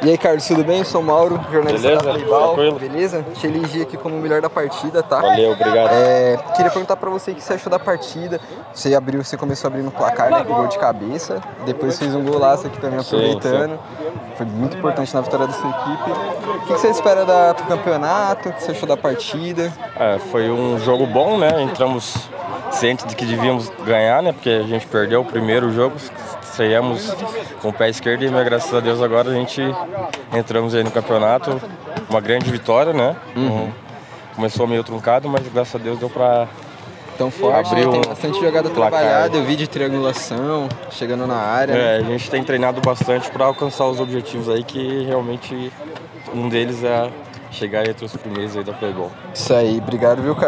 E aí, Carlos, tudo bem? Eu sou o Mauro, jornalista Beleza? da Playball. Tranquilo? Beleza? Te elegi aqui como o melhor da partida, tá? Valeu, obrigado. É, queria perguntar pra você o que você achou da partida. Você abriu, você começou abrindo o placar, né? Com gol de cabeça. Depois fez um golaço aqui também aproveitando. Foi muito importante na vitória da sua equipe. O que você espera da, do campeonato? O que você achou da partida? É, foi um jogo bom, né? Entramos cientes de que devíamos ganhar, né? Porque a gente perdeu o primeiro jogo, saímos com o pé esquerdo e, mas, graças a Deus, agora a gente entramos aí no campeonato. Uma grande vitória, né? Um- Começou meio truncado, mas graças a Deus deu pra... Tão forte, Abriu né? tem um bastante jogada placar. trabalhada. Eu vi de triangulação, chegando na área. né? É, a gente tem treinado bastante pra alcançar os objetivos aí, que realmente um deles é chegar entre os primeiros aí da Playball. Isso aí, obrigado, viu, Carlos?